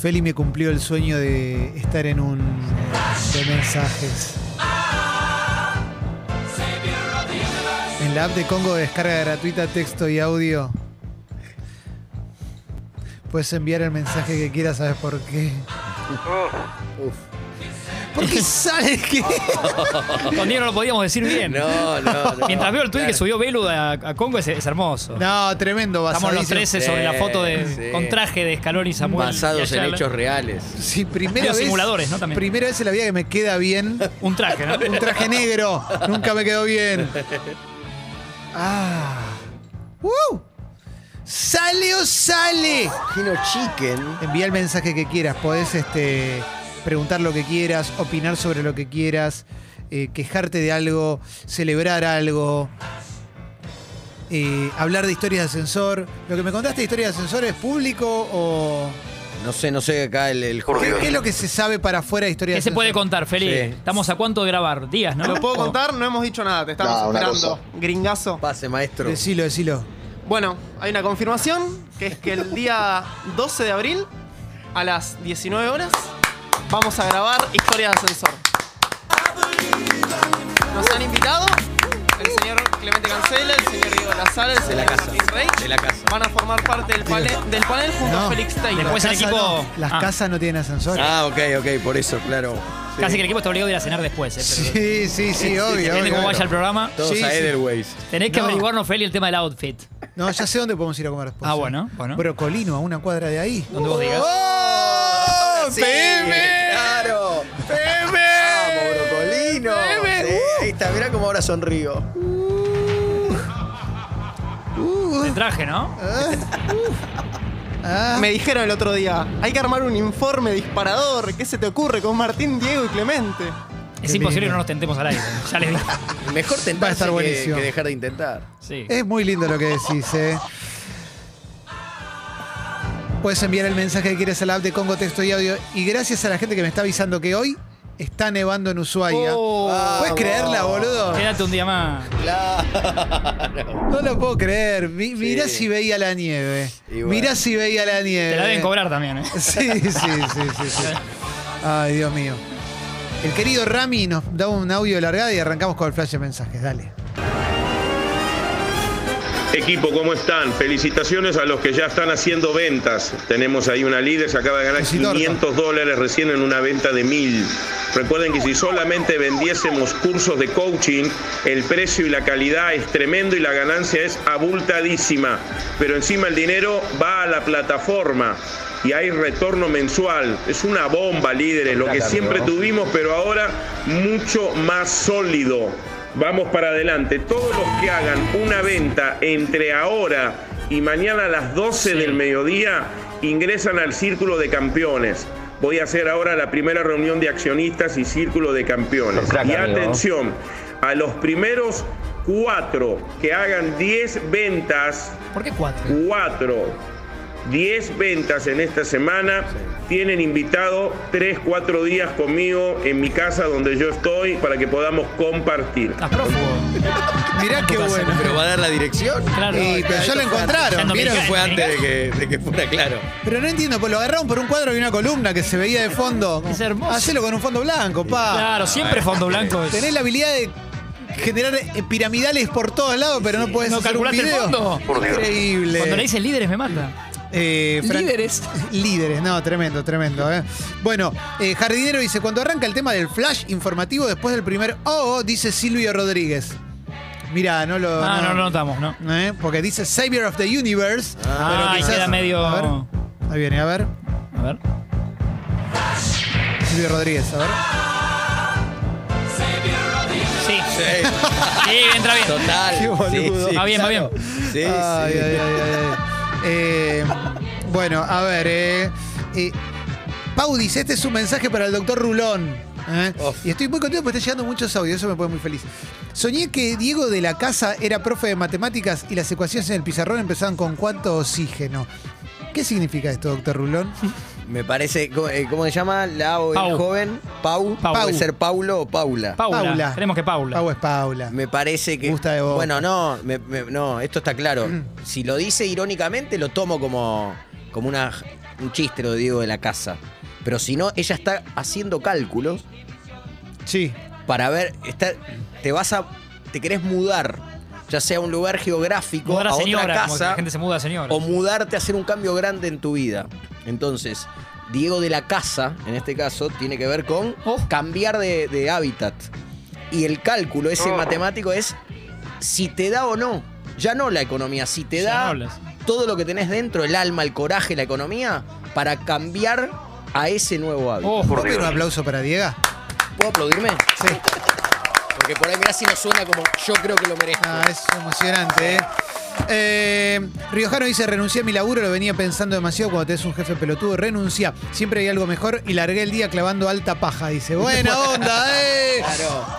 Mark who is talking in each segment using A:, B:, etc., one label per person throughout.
A: Feli me cumplió el sueño de estar en un de mensajes. En la app de Congo de descarga gratuita texto y audio. Puedes enviar el mensaje que quieras, ¿sabes por qué? ¿Por qué sale que
B: Con Diego no lo podíamos decir bien.
C: No, no, no.
B: Mientras veo el tweet
C: Claro.
B: que subió Belu a, a Congo es, es hermoso.
A: No, tremendo,
B: Estamos los
A: basadísimo.
B: 13 sobre la foto de,
C: Sí.
B: con traje de Escalón y Samuel.
C: Basados
B: y
C: en
B: Ayala.
C: hechos reales.
A: Sí, primera
B: Los
A: vez.
B: simuladores, ¿no? También.
A: Primera vez en la vida que me queda bien.
B: Un traje, ¿no?
A: Un traje negro. Nunca me quedó bien. Ah. ¡Woo! ¡Sale o sale!
C: Gino Chicken.
A: Envía el mensaje que quieras. Podés este, preguntar lo que quieras, opinar sobre lo que quieras, eh, quejarte de algo, celebrar algo, eh, hablar de historias de ascensor. ¿Lo que me contaste de historias de ascensor es público o.?
C: No sé, no sé acá el, el
A: ¿Qué,
C: Jorge.
A: qué es lo que se sabe para afuera de historias de
B: ¿Qué se puede
A: ascensor?
B: contar, Felipe?
C: Sí.
B: Estamos a cuánto de grabar, días, ¿no?
D: ¿Lo puedo
B: O-
D: contar? No hemos dicho nada, te estamos
E: No, una
D: esperando. Gringazo.
C: Pase, maestro.
A: Decilo, decilo.
D: Bueno, hay una confirmación, que es que el día 12 de abril, a las 19 horas, vamos a grabar Historias de Ascensor. Nos han invitado el señor Clemente Cancela, el señor Diego Lazar, el señor
C: la casa.
D: Martín Rey.
C: De la casa.
D: Van a formar parte del panel, del panel junto
A: No.
D: a Félix Taylor.
B: Después el
A: Casa
B: equipo-
A: no. Las
B: Ah.
A: casas no tienen ascensor.
C: Ah, ok, ok, por eso, claro. Sí.
B: Casi que el equipo está obligado a ir a cenar después, ¿eh? Pero-
A: Sí, sí, sí, obvio.
B: Depende
A: obvio,
B: cómo
A: obvio.
B: vaya el programa.
C: Todos
A: Sí,
C: a
A: sí.
C: Edelweiss.
B: Tenés que
A: No.
B: averiguarnos, Feli, el tema del outfit.
A: No, ya sé dónde podemos ir a comer después.
B: Ah,
A: ¿eh?
B: bueno, bueno.
A: Brocolino, a una cuadra de ahí.
B: Donde vos digas. Ah.
C: ¡Oh!
A: Sí,
C: ¡Claro! ¡Peme! ¡Vamos, Brocolino! Sí, ahí está, mirá cómo ahora sonrío.
B: De traje, ¿no?
A: Ah,
D: Me dijeron el otro día, hay que armar un informe disparador. ¿Qué se te ocurre con Martín, Diego y Clemente?
B: Es
A: Qué
B: imposible
A: lindo.
B: que no nos tentemos al aire. Ya les dije.
C: Mejor
A: Va a
C: tentarse
A: estar
C: que,
A: buenísimo.
C: que dejar de intentar.
B: Sí.
A: es muy lindo lo que decís, ¿eh? Puedes enviar el mensaje que quieres a la app de Congo Texto y Audio. Y gracias a la gente que me está avisando que hoy está nevando en Ushuaia.
B: Oh.
A: ¿Puedes
C: vamos.
A: creerla, boludo?
B: Quédate un día más.
C: ¡Claro!
A: No lo puedo creer. Mi- Mirá si veía la nieve.
C: Y bueno.
A: Mirá si veía la nieve.
B: Te la deben cobrar también, ¿eh?
A: Sí, sí, sí, sí, sí. Ay, Dios mío. El querido Rami nos da un audio de largada y arrancamos con el flash de mensajes. Dale.
F: Equipo, ¿cómo están? Felicitaciones a los que ya están haciendo ventas. Tenemos ahí una líder que acaba de ganar
A: Sí, torta.
F: 500 dólares recién en una venta de 1000. Recuerden que si solamente vendiésemos cursos de coaching, el precio y la calidad es tremendo y la ganancia es abultadísima. Pero encima el dinero va a la plataforma y hay retorno mensual. Es una bomba, líderes, lo que siempre tuvimos, pero ahora mucho más sólido. Vamos para adelante. Todos los que hagan una venta entre ahora y mañana a las 12 del mediodía ingresan al Círculo de Campeones. Voy a hacer ahora la primera reunión de accionistas y Círculo de Campeones. Y atención, a los primeros cuatro que hagan 10 ventas
B: ¿Por qué cuatro?
F: 4, 10 ventas en esta semana. Tienen invitado 3, 4 días conmigo en mi casa donde yo estoy para que podamos compartir.
B: Estás prófugo.
A: Mirá qué bueno.
C: ¿Pero va a dar la dirección?
B: Claro. ¿eh?
A: Y, pero ya lo encontraron.
B: Dominicana.
A: ¿vieron?
C: Fue antes de que, de que fuera claro.
A: Pero no entiendo, pues lo agarraron por un cuadro y una columna que se veía de fondo.
B: Es hermoso.
A: Hacelo con un fondo blanco, pa.
B: Claro, siempre fondo blanco. es-
A: Ah. Tenés la habilidad de generar eh, piramidales por todos lados, pero no podés
B: ¿No
A: hacer un
B: calculaste el
A: video.
B: fondo?
A: Increíble.
B: Cuando le dices líderes me mata.
A: Eh, Fran-
B: Líderes.
A: Líderes, no, tremendo, tremendo. ¿eh? Bueno, eh, Jardinero dice, cuando arranca el tema del flash informativo después del primer oh, oh", dice Silvio Rodríguez. Mira, no lo...
B: Ah, no lo notamos, ¿no?
A: ¿Eh? Porque dice Savior of the Universe.
B: Ah,
A: pero
B: y
A: quizás-
B: queda medio.
A: A ver, ahí viene, a ver.
B: A ver.
A: Silvio Rodríguez, a ver.
B: Sí. Sí, entra bien.
C: Total.
A: Qué boludo.
B: Va bien, va
C: claro.
B: bien.
C: Sí,
A: Ay,
C: sí.
A: ay, ay, ay, ay. Eh, bueno, a ver. Eh, eh, Pau dice, este es un mensaje para el doctor Rulón. ¿eh?
C: Of.
A: Y estoy muy contento porque están llegando muchos audios, eso me pone muy feliz. Soñé que Diego de la Casa era profe de matemáticas y las ecuaciones en el pizarrón empezaban con cuánto oxígeno. ¿Qué significa esto, doctor Rulón?
C: Me parece, ¿cómo, eh, cómo se llama? La o el
B: Pau.
C: joven. Pau.
B: Pau.
C: Puede ser Paulo o Paula.
B: Paula.
A: Paula.
B: Queremos que Paula.
A: Pau es Paula.
C: Me parece que.
A: Gusta de vos.
C: Bueno, no, me- me- no, esto está claro. Si lo dice irónicamente, lo tomo como, como una
E: un chiste lo de Diego de la casa. Pero si no, ella está haciendo cálculos
A: Sí.
E: para ver, está, te vas a, te querés mudar, ya sea a un lugar geográfico,
B: Mudar a
E: a
B: señora,
E: otra
B: como que la
E: casa,
B: gente se muda a señora.
E: o mudarte a hacer un cambio grande en tu vida. Entonces, Diego de la casa, en este caso, tiene que ver con
B: Oh.
E: cambiar de, de hábitat. Y el cálculo ese
F: Oh.
E: matemático es si te da o no. Ya no la economía, si
B: Ya
E: te
B: no
E: da
B: hablas.
E: todo lo que tenés dentro, el alma, el coraje, la economía, para cambiar a ese nuevo hábito.
B: Oh,
A: ¿Puedo pedir un aplauso para Diego?
E: ¿Puedo aplaudirme?
A: Sí.
E: Porque por ahí mirá si nos suena como yo creo que lo merezco.
A: Ah, es emocionante, ¿eh? Eh, Riojano dice, renuncié a mi laburo, lo venía pensando demasiado cuando tenés un jefe pelotudo, renuncia, siempre hay algo mejor y largué el día clavando alta paja, dice, buena onda, ¿eh?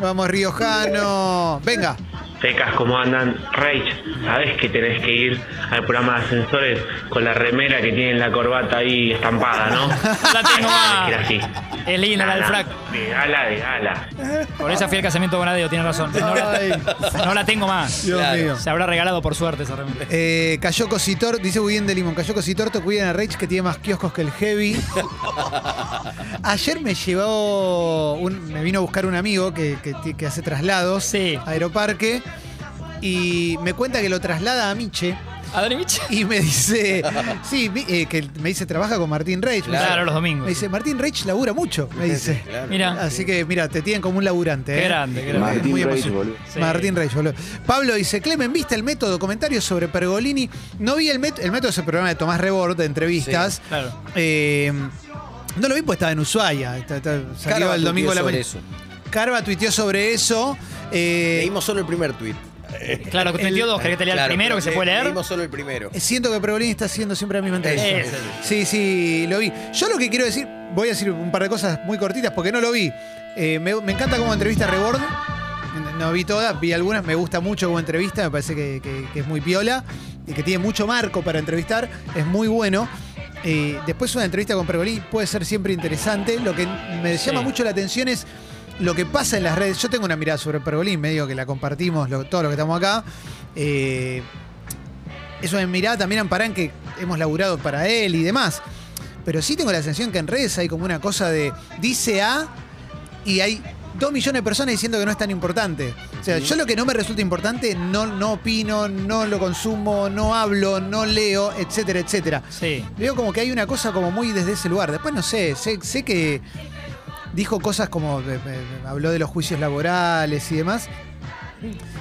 A: Vamos, Riojano, venga.
G: Secas, ¿cómo andan? Rage, ¿sabés que tenés que ir al programa de ascensores con la remera que tiene la corbata ahí estampada, no?
B: La tengo más.
G: Tenés que ir así.
B: Es linda la del
G: Ala,
B: frac.
G: De gala, de gala.
B: Por esa fui al casamiento con Adeo, tiene razón. No la, no la tengo más.
A: Dios
E: Claro.
A: mío.
B: Se habrá regalado por suerte esa remera.
A: Eh, cayó Cositor, dice Guillén de Limón, cayó Cositorto, cuiden a Rage que tiene más kioscos que el Heavy. Ayer me llevó, un- me vino a buscar un amigo que, que ti- que hace traslados
B: Sí.
A: a Aeroparque y me cuenta que lo traslada a Miche
B: ¿Adri Michi?
A: y me dice, sí, mi- eh, que me dice trabaja con Martín Rage. Me
B: Claro,
A: dice-
B: los domingos.
A: Me dice, Martín Rage labura mucho, me dice.
B: Mira,
A: Así que mira, te tienen como un laburante.
B: qué
A: ¿eh?
B: grande, qué grande.
A: Martín Reyes, boludo.
B: Sí.
A: Martín Reyes, boludo. Pablo dice, Clemen, ¿viste el método? Comentarios sobre Pergolini. No vi el método. El método es el programa de Tomás Rebord, de entrevistas.
B: Claro.
A: Eh, no lo vi porque estaba en Ushuaia. Está- está- salió
E: Carva
A: el domingo a la
E: tuiteó sobre
A: mañana.
E: eso.
A: Carva tuiteó sobre eso. Eh,
E: Leímos solo el primer tuit.
B: Claro, que te dio dos, ¿querés que te lea
E: Claro,
B: el primero
E: pero
B: que se
E: le-
B: puede leer?
E: Leímos solo el primero.
A: Eh, Siento que Pergolini está haciendo siempre la misma
B: Eso.
A: entrevista.
B: Eso.
A: Sí, sí, lo vi. Yo lo que quiero decir, voy a decir un par de cosas muy cortitas porque no lo vi. Eh, me, me encanta como entrevista Rebord. No vi todas, vi algunas. Me gusta mucho como entrevista, me parece que, que- que es muy piola y que tiene mucho marco para entrevistar. Es muy bueno. Eh, después una entrevista con Pergolini puede ser siempre interesante. Lo que me llama
B: Sí.
A: mucho la atención es lo que pasa en las redes. Yo tengo una mirada sobre Pergolini, medio que la compartimos lo- todos los que estamos acá. Eh, es una mirada también amparán que hemos laburado para él y demás. Pero sí tengo la sensación que en redes hay como una cosa de dice A y hay dos millones de personas diciendo que no es tan importante. O sea, yo lo que no me resulta importante, no, no opino, no lo consumo, no hablo, no leo, etcétera, etcétera.
B: Sí.
A: Veo como que hay una cosa como muy desde ese lugar. Después no sé, sé, sé que dijo cosas como eh, eh, habló de los juicios laborales y demás.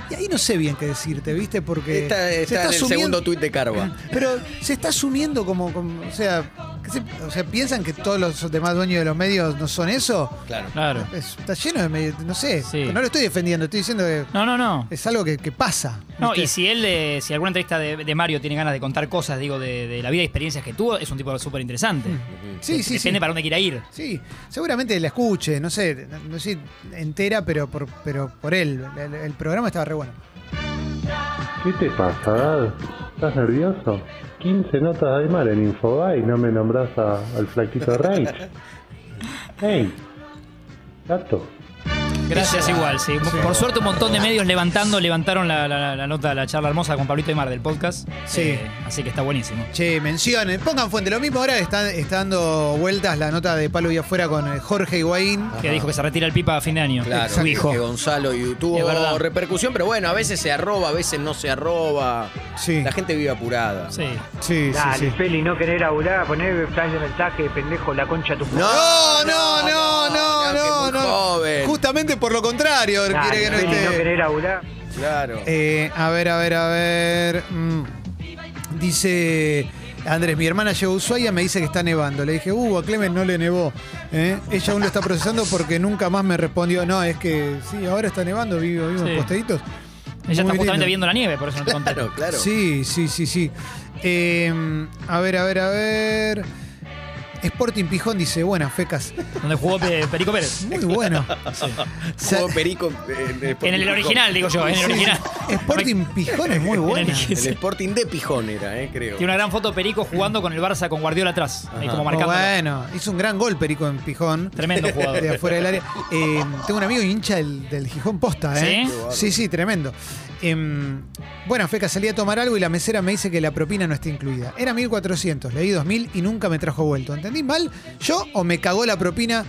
A: Y ahí no sé bien qué decirte, ¿viste? Porque
E: Está,
A: se está
E: está en el
A: asumiendo-
E: segundo tuit de Carva.
A: pero se está asumiendo como, como- o sea, que se- o sea, piensan que todos los demás dueños de los medios no son eso.
E: Claro.
B: Claro.
A: Es- está lleno de medios, no sé.
B: Sí.
A: No lo estoy defendiendo, estoy diciendo que
B: No, no, no.
A: es algo que, que pasa.
B: No,
A: ¿viste?
B: y si él, eh, si alguna entrevista de, de Mario tiene ganas de contar cosas, digo, de, de la vida y experiencias que tuvo, es un tipo súper interesante.
A: sí, Mm. sí, sí.
B: Depende para dónde quiera ir.
A: Sí, seguramente la escuche, no sé, no sé entera, pero por, pero por él. El, el programa estaba re bueno.
H: ¿Qué te pasa, Dad? ¿Estás nervioso? 15 notas de mar en Infobae y no me nombras a- al flaquito Rage. ¡Ey! Gato.
B: Gracias igual, sí. Por suerte un montón de medios levantando, levantaron la, la- la nota, la charla hermosa con Pablito Aymar del podcast. Eh,
A: Sí.
B: así que está buenísimo.
A: Che, mencionen, pongan fuente. Lo mismo ahora está, está dando vueltas la nota de Palo y afuera con eh, Jorge Higuaín.
B: Que dijo que se retira el pipa a fin de año.
E: Claro,
B: Su hijo.
E: que Gonzalo y
B: Es
E: tuvo
B: verdad.
E: repercusión, pero bueno, a veces se arroba, a veces no se arroba.
A: Sí,
E: La gente vive apurada.
B: Sí.
A: sí, sí,
I: Dale,
A: sí.
I: Feli, no querer aurar, poner flash de mensaje, pendejo, la concha de tu
A: No,
E: No,
A: no, no, no, no,
E: no, que es muy joven.
A: Justamente por lo contrario,
I: Dale,
A: quiere que no
I: Feli,
A: esté.
I: no querer aurar.
E: Claro.
A: Eh, a ver, a ver, a ver. Mm. Dice Andrés, mi hermana llegó a Ushuaia me dice que está nevando. Le dije, uh, a Clemen no le nevó. ¿eh? Ella aún lo está procesando porque nunca más me respondió. No, es que sí, ahora está nevando, vivo, vivo en
B: Sí.
A: Posteditos.
B: Ella está
A: Muy
B: justamente
A: lindo.
B: viendo la nieve, por eso no te conté.
E: Claro, claro.
A: Sí, sí, sí, sí. Eh, a ver, a ver, a ver. Sporting Pijón dice, buenas, fecas.
B: Donde jugó Pe- Perico Pérez.
A: Muy bueno. Sa-
E: Jugó Perico eh, en, en-
B: En el original, digo yo, en el
A: Sí.
B: original.
A: Sporting Pijón es muy
B: En
A: bueno.
B: el-
E: El Sporting de Pijón era, eh, creo.
B: Tiene una gran foto de Perico jugando con el Barça con Guardiola atrás. Ahí como
A: Muy
B: marcando.
A: Bueno, hizo un gran gol Perico en Pijón.
B: Tremendo jugador.
A: Em, de afuera del área. Eh, tengo un amigo hincha del, del Gijón Posta, ¿eh?
B: ¿Sí?
A: Sí, sí, tremendo. Em, bueno, Feca salí a tomar algo y la mesera me dice que la propina no está incluida. Era 1400, leí 2000 y nunca me trajo vuelto. ¿Entendí mal? ¿Yo o me cagó la propina?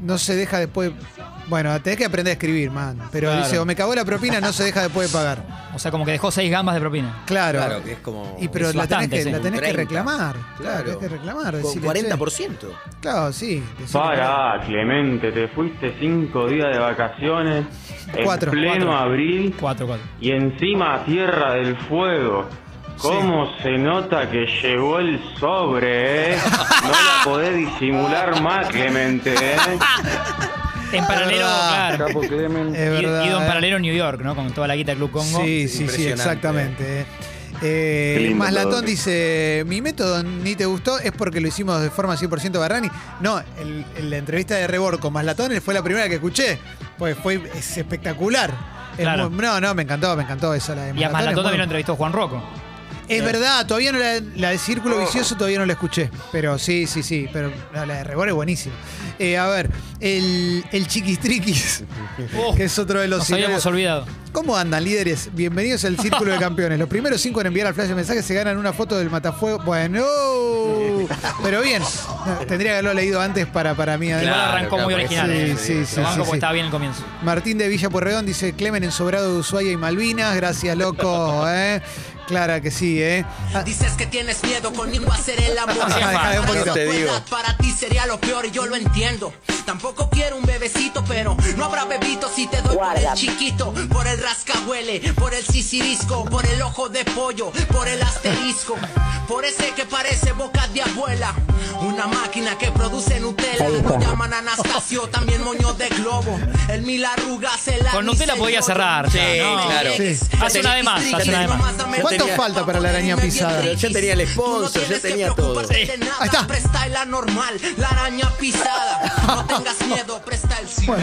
A: No se deja después. Bueno, tenés que aprender a escribir, man. Pero
B: Claro.
A: dice, o me cagó la propina, no se deja después de pagar.
B: O sea, como que dejó seis gambas de propina.
A: Claro.
E: Claro, que es como.
A: Y pero
B: es
A: la tenés,
B: bastante,
A: que,
B: sí.
A: la tenés que
E: 30.
A: reclamar. Claro.
E: Claro.
A: Tenés que reclamar.
E: con
A: decirle,
E: 40%.
A: "Che". Claro, sí. decirle,
G: Para, Clemente, te fuiste cinco días de vacaciones en
A: Cuatro,
G: pleno
A: cuatro.
G: abril
B: Cuatro, cuatro.
G: y encima a Tierra del Fuego. ¿Cómo se nota que llegó el sobre, eh? No la podés disimular más, Clemente, eh.
B: En paralelo,
A: verdad.
B: claro.
H: Capo Clemen.
A: Es verdad.
B: Ido en
A: ¿eh?
B: paralelo a New York, ¿no? Con toda la guita del Club Congo.
A: Sí, sí, sí,
E: Impresionante.
A: exactamente. eh. Eh,
G: Qué lindo
A: Maslatón
G: todo.
A: dice, mi método ni te gustó es porque lo hicimos de forma 100% Barrani. No, el- en la entrevista de Rebord con Maslatón fue la primera que escuché, pues fue es espectacular. Es
B: Claro.
A: muy- no, no, me encantó, me encantó esa la de
B: Y a
A: Maslatón,
B: Malatón
A: es muy-
B: también lo entrevistó Juan Rocco.
A: Es verdad, todavía no la, la de
B: Oh.
A: Círculo Vicioso todavía no la escuché. Pero sí, sí, sí. Pero la, la de Rebor es buenísima. Eh, a ver, el, el Chiquistriquis, que es otro de los
B: Oh, Nos
A: sinónimos.
B: habíamos olvidado.
A: ¿Cómo andan, líderes? Bienvenidos al Círculo de Campeones. Los primeros cinco en enviar al flash de mensaje se ganan una foto del matafuego. Bueno, pero bien. Tendría que haberlo leído antes para, para mí.
B: Igual
A: además.
E: Claro, pues,
B: arrancó muy
E: claro,
B: original.
A: sí,
B: eh.
A: sí, sí,
B: Lo banco
A: sí,
B: porque
A: sí.
B: estaba bien el comienzo.
A: Martín de Villa Porredón dice, Clemen en sobrado de Ushuaia y Malvinas. Gracias, loco. ¿eh? Clara que sí, ¿eh? Ah,
J: Dices que tienes miedo conmigo a hacer el amor.
A: Ajá, ajá, un poquito.
E: Te digo.
J: Para ti sería lo peor y yo lo entiendo. Tampoco quiero un bebecito, pero no habrá bebito si te doy por el chiquito, por el rascahuele, por el sisirisco, por el ojo de pollo, por el asterisco, por ese que parece boca de abuela. Una máquina que produce Nutella, lo llaman Anastasio, también moño de globo. El mil arrugas, el
B: Con Nutella
J: miserio.
B: podía cerrar. ya,
E: Sí,
B: ¿no?
E: claro.
A: Sí.
B: Hace una de más, hace una de más.
A: ¿Cuánto
E: tenía-
A: falta para la araña pisada?
E: Pero ya tenía el sponsor, ya tenía todo.
J: Ahí
A: Ahí está.
J: Presta la normal, la araña pisada. No tengas miedo, presta el cielo.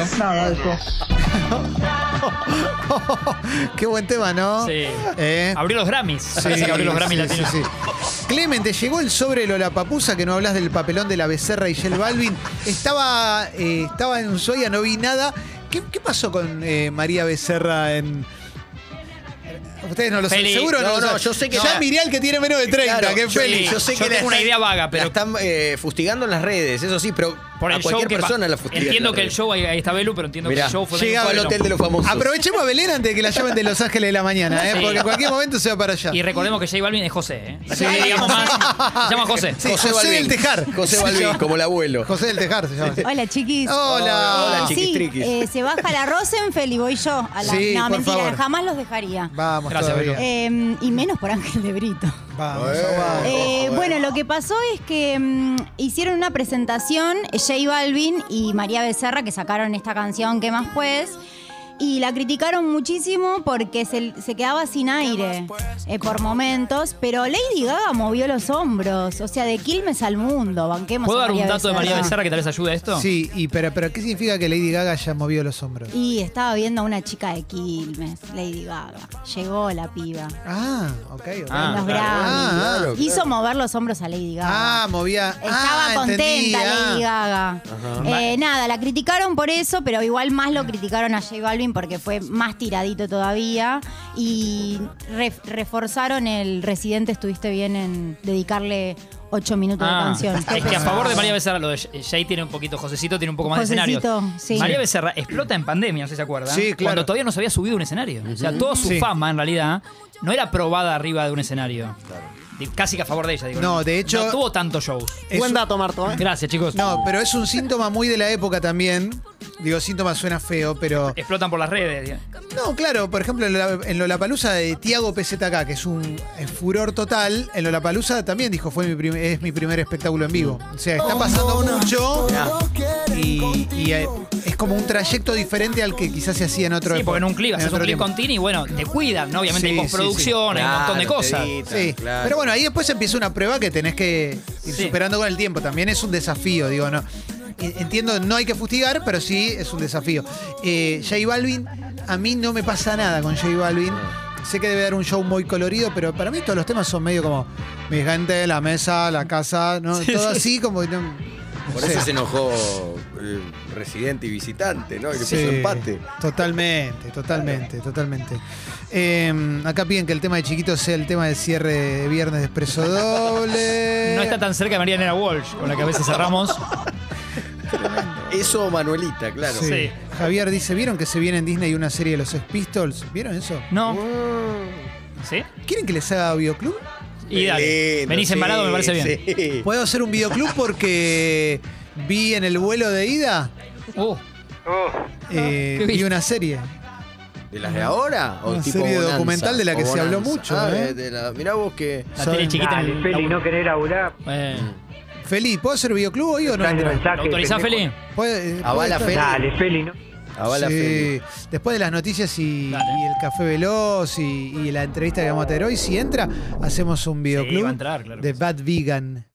A: Qué buen tema, ¿no?
B: Sí.
A: ¿Eh?
B: Abrió los Grammys. Parece que abrió los Grammys
A: sí,
B: latinos.
A: sí, sí. Clemente, llegó el sobre de la papusa que no hablas del papelón de la becerra y Shell Balvin. Estaba, eh, estaba en Ushuaia, no vi nada. ¿Qué, qué pasó con eh, María Becerra en.? Ustedes no lo saben,
B: Feli,
A: seguro
E: no,
A: no, lo
E: no,
A: saben.
E: yo sé que-
A: Ya
E: no.
A: miré al que tiene menos de 30,
E: Claro,
A: qué
E: yo-
A: feliz.
E: Yo sé
B: Yo
E: que la
B: tengo una
E: están-
B: idea vaga, pero-
E: La están eh, fustigando en las redes, eso sí, pero
B: Por
E: a
B: el show
E: cualquier
B: que pa-
E: persona la fustigan.
B: Entiendo
E: en
B: que el
E: las
B: show, ahí ahí está Belu, pero entiendo
E: redes. Mirá,
B: que el show fue de
E: llegaba
B: un
E: al
B: pueblo.
E: hotel de los famosos.
A: Aprovechemos a Belén antes de que la llamen de Los Ángeles de la mañana, ¿eh?
B: Sí.
A: porque en cualquier momento se va para allá.
B: Y recordemos que J Balvin es José, ¿eh?
A: Sí.
B: Le digamos más. Se llama José.
A: Sí, José,
E: Balvin.
A: del Tejar.
E: José
A: Se
E: Balvin,
A: llama-
E: como el abuelo.
A: José del Tejar se llama.
K: Hola, chiquis.
A: Hola.
E: Hola,
K: Eh,
E: chiquis
K: sí,
E: triquis.
K: eh, se baja la Rosenfeld y voy yo a la.
A: Sí,
K: no,
A: por
K: mentira,
A: favor.
K: jamás los dejaría.
A: Vamos,
B: Gracias,
A: todavía.
B: Belu.
K: Eh, y menos por Ángel de Brito.
A: Vamos,
E: Eh.
A: aguante.
K: Eh, bueno, lo que pasó es que mm, hicieron una presentación J Balvin y María Becerra que sacaron esta canción ¿Qué más pues? Y la criticaron muchísimo porque se, se quedaba sin aire eh, por momentos, pero Lady Gaga movió los hombros, o sea, de Quilmes al mundo, banquemos.
B: ¿Puedo
K: a
B: dar un dato de María Becerra que tal vez ayude a esto?
A: Sí, y pero, pero ¿qué significa que Lady Gaga haya movido los hombros?
K: Y estaba viendo a una chica de Quilmes, Lady Gaga. Llegó la piba.
A: Ah, ok. ok.
B: Ah,
K: en
B: claro.
K: los Grammys.
A: Ah,
E: claro.
K: Hizo mover los hombros a Lady Gaga.
A: Ah, movía.
K: Estaba
A: ah,
K: contenta
A: entendí, ah.
K: Lady Gaga. Eh, nada, la criticaron por eso, pero igual más lo criticaron a J Balvin porque fue más tiradito todavía. Y re- reforzaron el Residente Estuviste Bien en dedicarle ocho minutos de
B: Ah,
K: canción.
B: es que a favor de María Becerra, lo de Jay tiene un poquito, Josecito tiene un poco más de
K: Josecito,
B: escenarios.
K: sí.
B: María Becerra explota en pandemia, no sé si se acuerdan.
A: Sí, claro.
B: Cuando todavía no se había subido a un escenario. O sea, toda su
A: Sí.
B: fama, en realidad, no era probada arriba de un escenario. Di- Casi que a favor de ella, digo.
A: No, de hecho-
B: No tuvo tanto show.
A: Es
D: Buen
A: un-
D: dato, Marto. ¿eh?
B: Gracias, chicos.
A: No, pero es un síntoma muy de la época también. Digo, síntoma suena feo, pero.
B: Explotan por las redes. digo.
A: No, claro, por ejemplo, en, la, en Lollapalooza de Tiago PZK, que es un eh, furor total, en Lollapalooza también dijo, fue mi prim- es mi primer espectáculo en vivo. O sea, está pasando mucho y, y, eh, es como un trayecto diferente al que quizás se hacía en otro
B: Sí, porque en un clip haces
A: otro
B: un clip
A: tiempo.
B: con Tini y bueno, te cuidan, ¿no? Obviamente
A: Sí,
B: hay postproducción, hay un montón de
E: Claro,
B: cosas.
E: te editan,
A: Sí,
E: claro.
A: pero bueno, ahí después empieza una prueba que tenés que ir
B: Sí.
A: superando con el tiempo. También es un desafío, digo, no. E- Entiendo, no hay que fustigar, pero sí es un desafío. Eh, J Balvin, a mí no me pasa nada con J Balvin. Sé que debe dar un show muy colorido, pero para mí todos los temas son medio como mi gente, la mesa, la casa, ¿no? Todo así como. no- no
E: Por
A: sé.
E: eso se enojó eh, residente y visitante, ¿no? El que
A: Sí,
E: puso empate.
A: Totalmente, totalmente, totalmente. Eh, acá piden que el tema de chiquitos sea el tema de cierre de viernes de expreso doble.
B: No está tan cerca de Marianela Walsh, con la que a veces cerramos.
E: Eso o Manuelita, claro.
A: Sí. Javier dice, ¿vieron que se viene en Disney una serie de los Sex Pistols? ¿Vieron eso?
B: No. ¿Sí?
A: ¿Quieren que les haga videoclub?
B: Y dale.
E: Mm. Lindo,
B: Venís
E: sí,
B: embalado, me parece bien.
E: sí.
A: Puedo hacer un videoclub porque vi en el vuelo de ida
B: Uh,
A: eh,
B: ¿Qué
A: vi
B: viste?
A: una serie.
E: ¿De las de ahora? ¿O
A: Una
E: tipo
A: serie
E: Bonanza?
A: documental de la
E: ¿O
A: que se habló
E: Bonanza?
A: mucho,
E: Ah,
A: ¿eh?
E: de la- mirá vos que...
B: la tiene chiquita en
I: Dale,
B: el.
I: Feli,
B: laburo.
I: no querer aurar.
B: Eh,
A: Feli, ¿puedo hacer videoclub hoy o no?
I: Dale,
A: entra?
I: mensaje,
B: ¿Lo autorizás,
I: pendejo.
B: Feli?
A: ¿Puede- puede
E: Avala
A: estar?
E: Feli.
I: Dale, Feli, ¿no?
E: Avala
A: Sí.
E: Feli.
A: Después de las noticias y,
B: Dale.
A: y el café veloz y, y la entrevista que vamos a tener hoy, si entra, hacemos un
B: Sí, va a
A: videoclub
B: entrar, claro.
A: de Bad Vegan.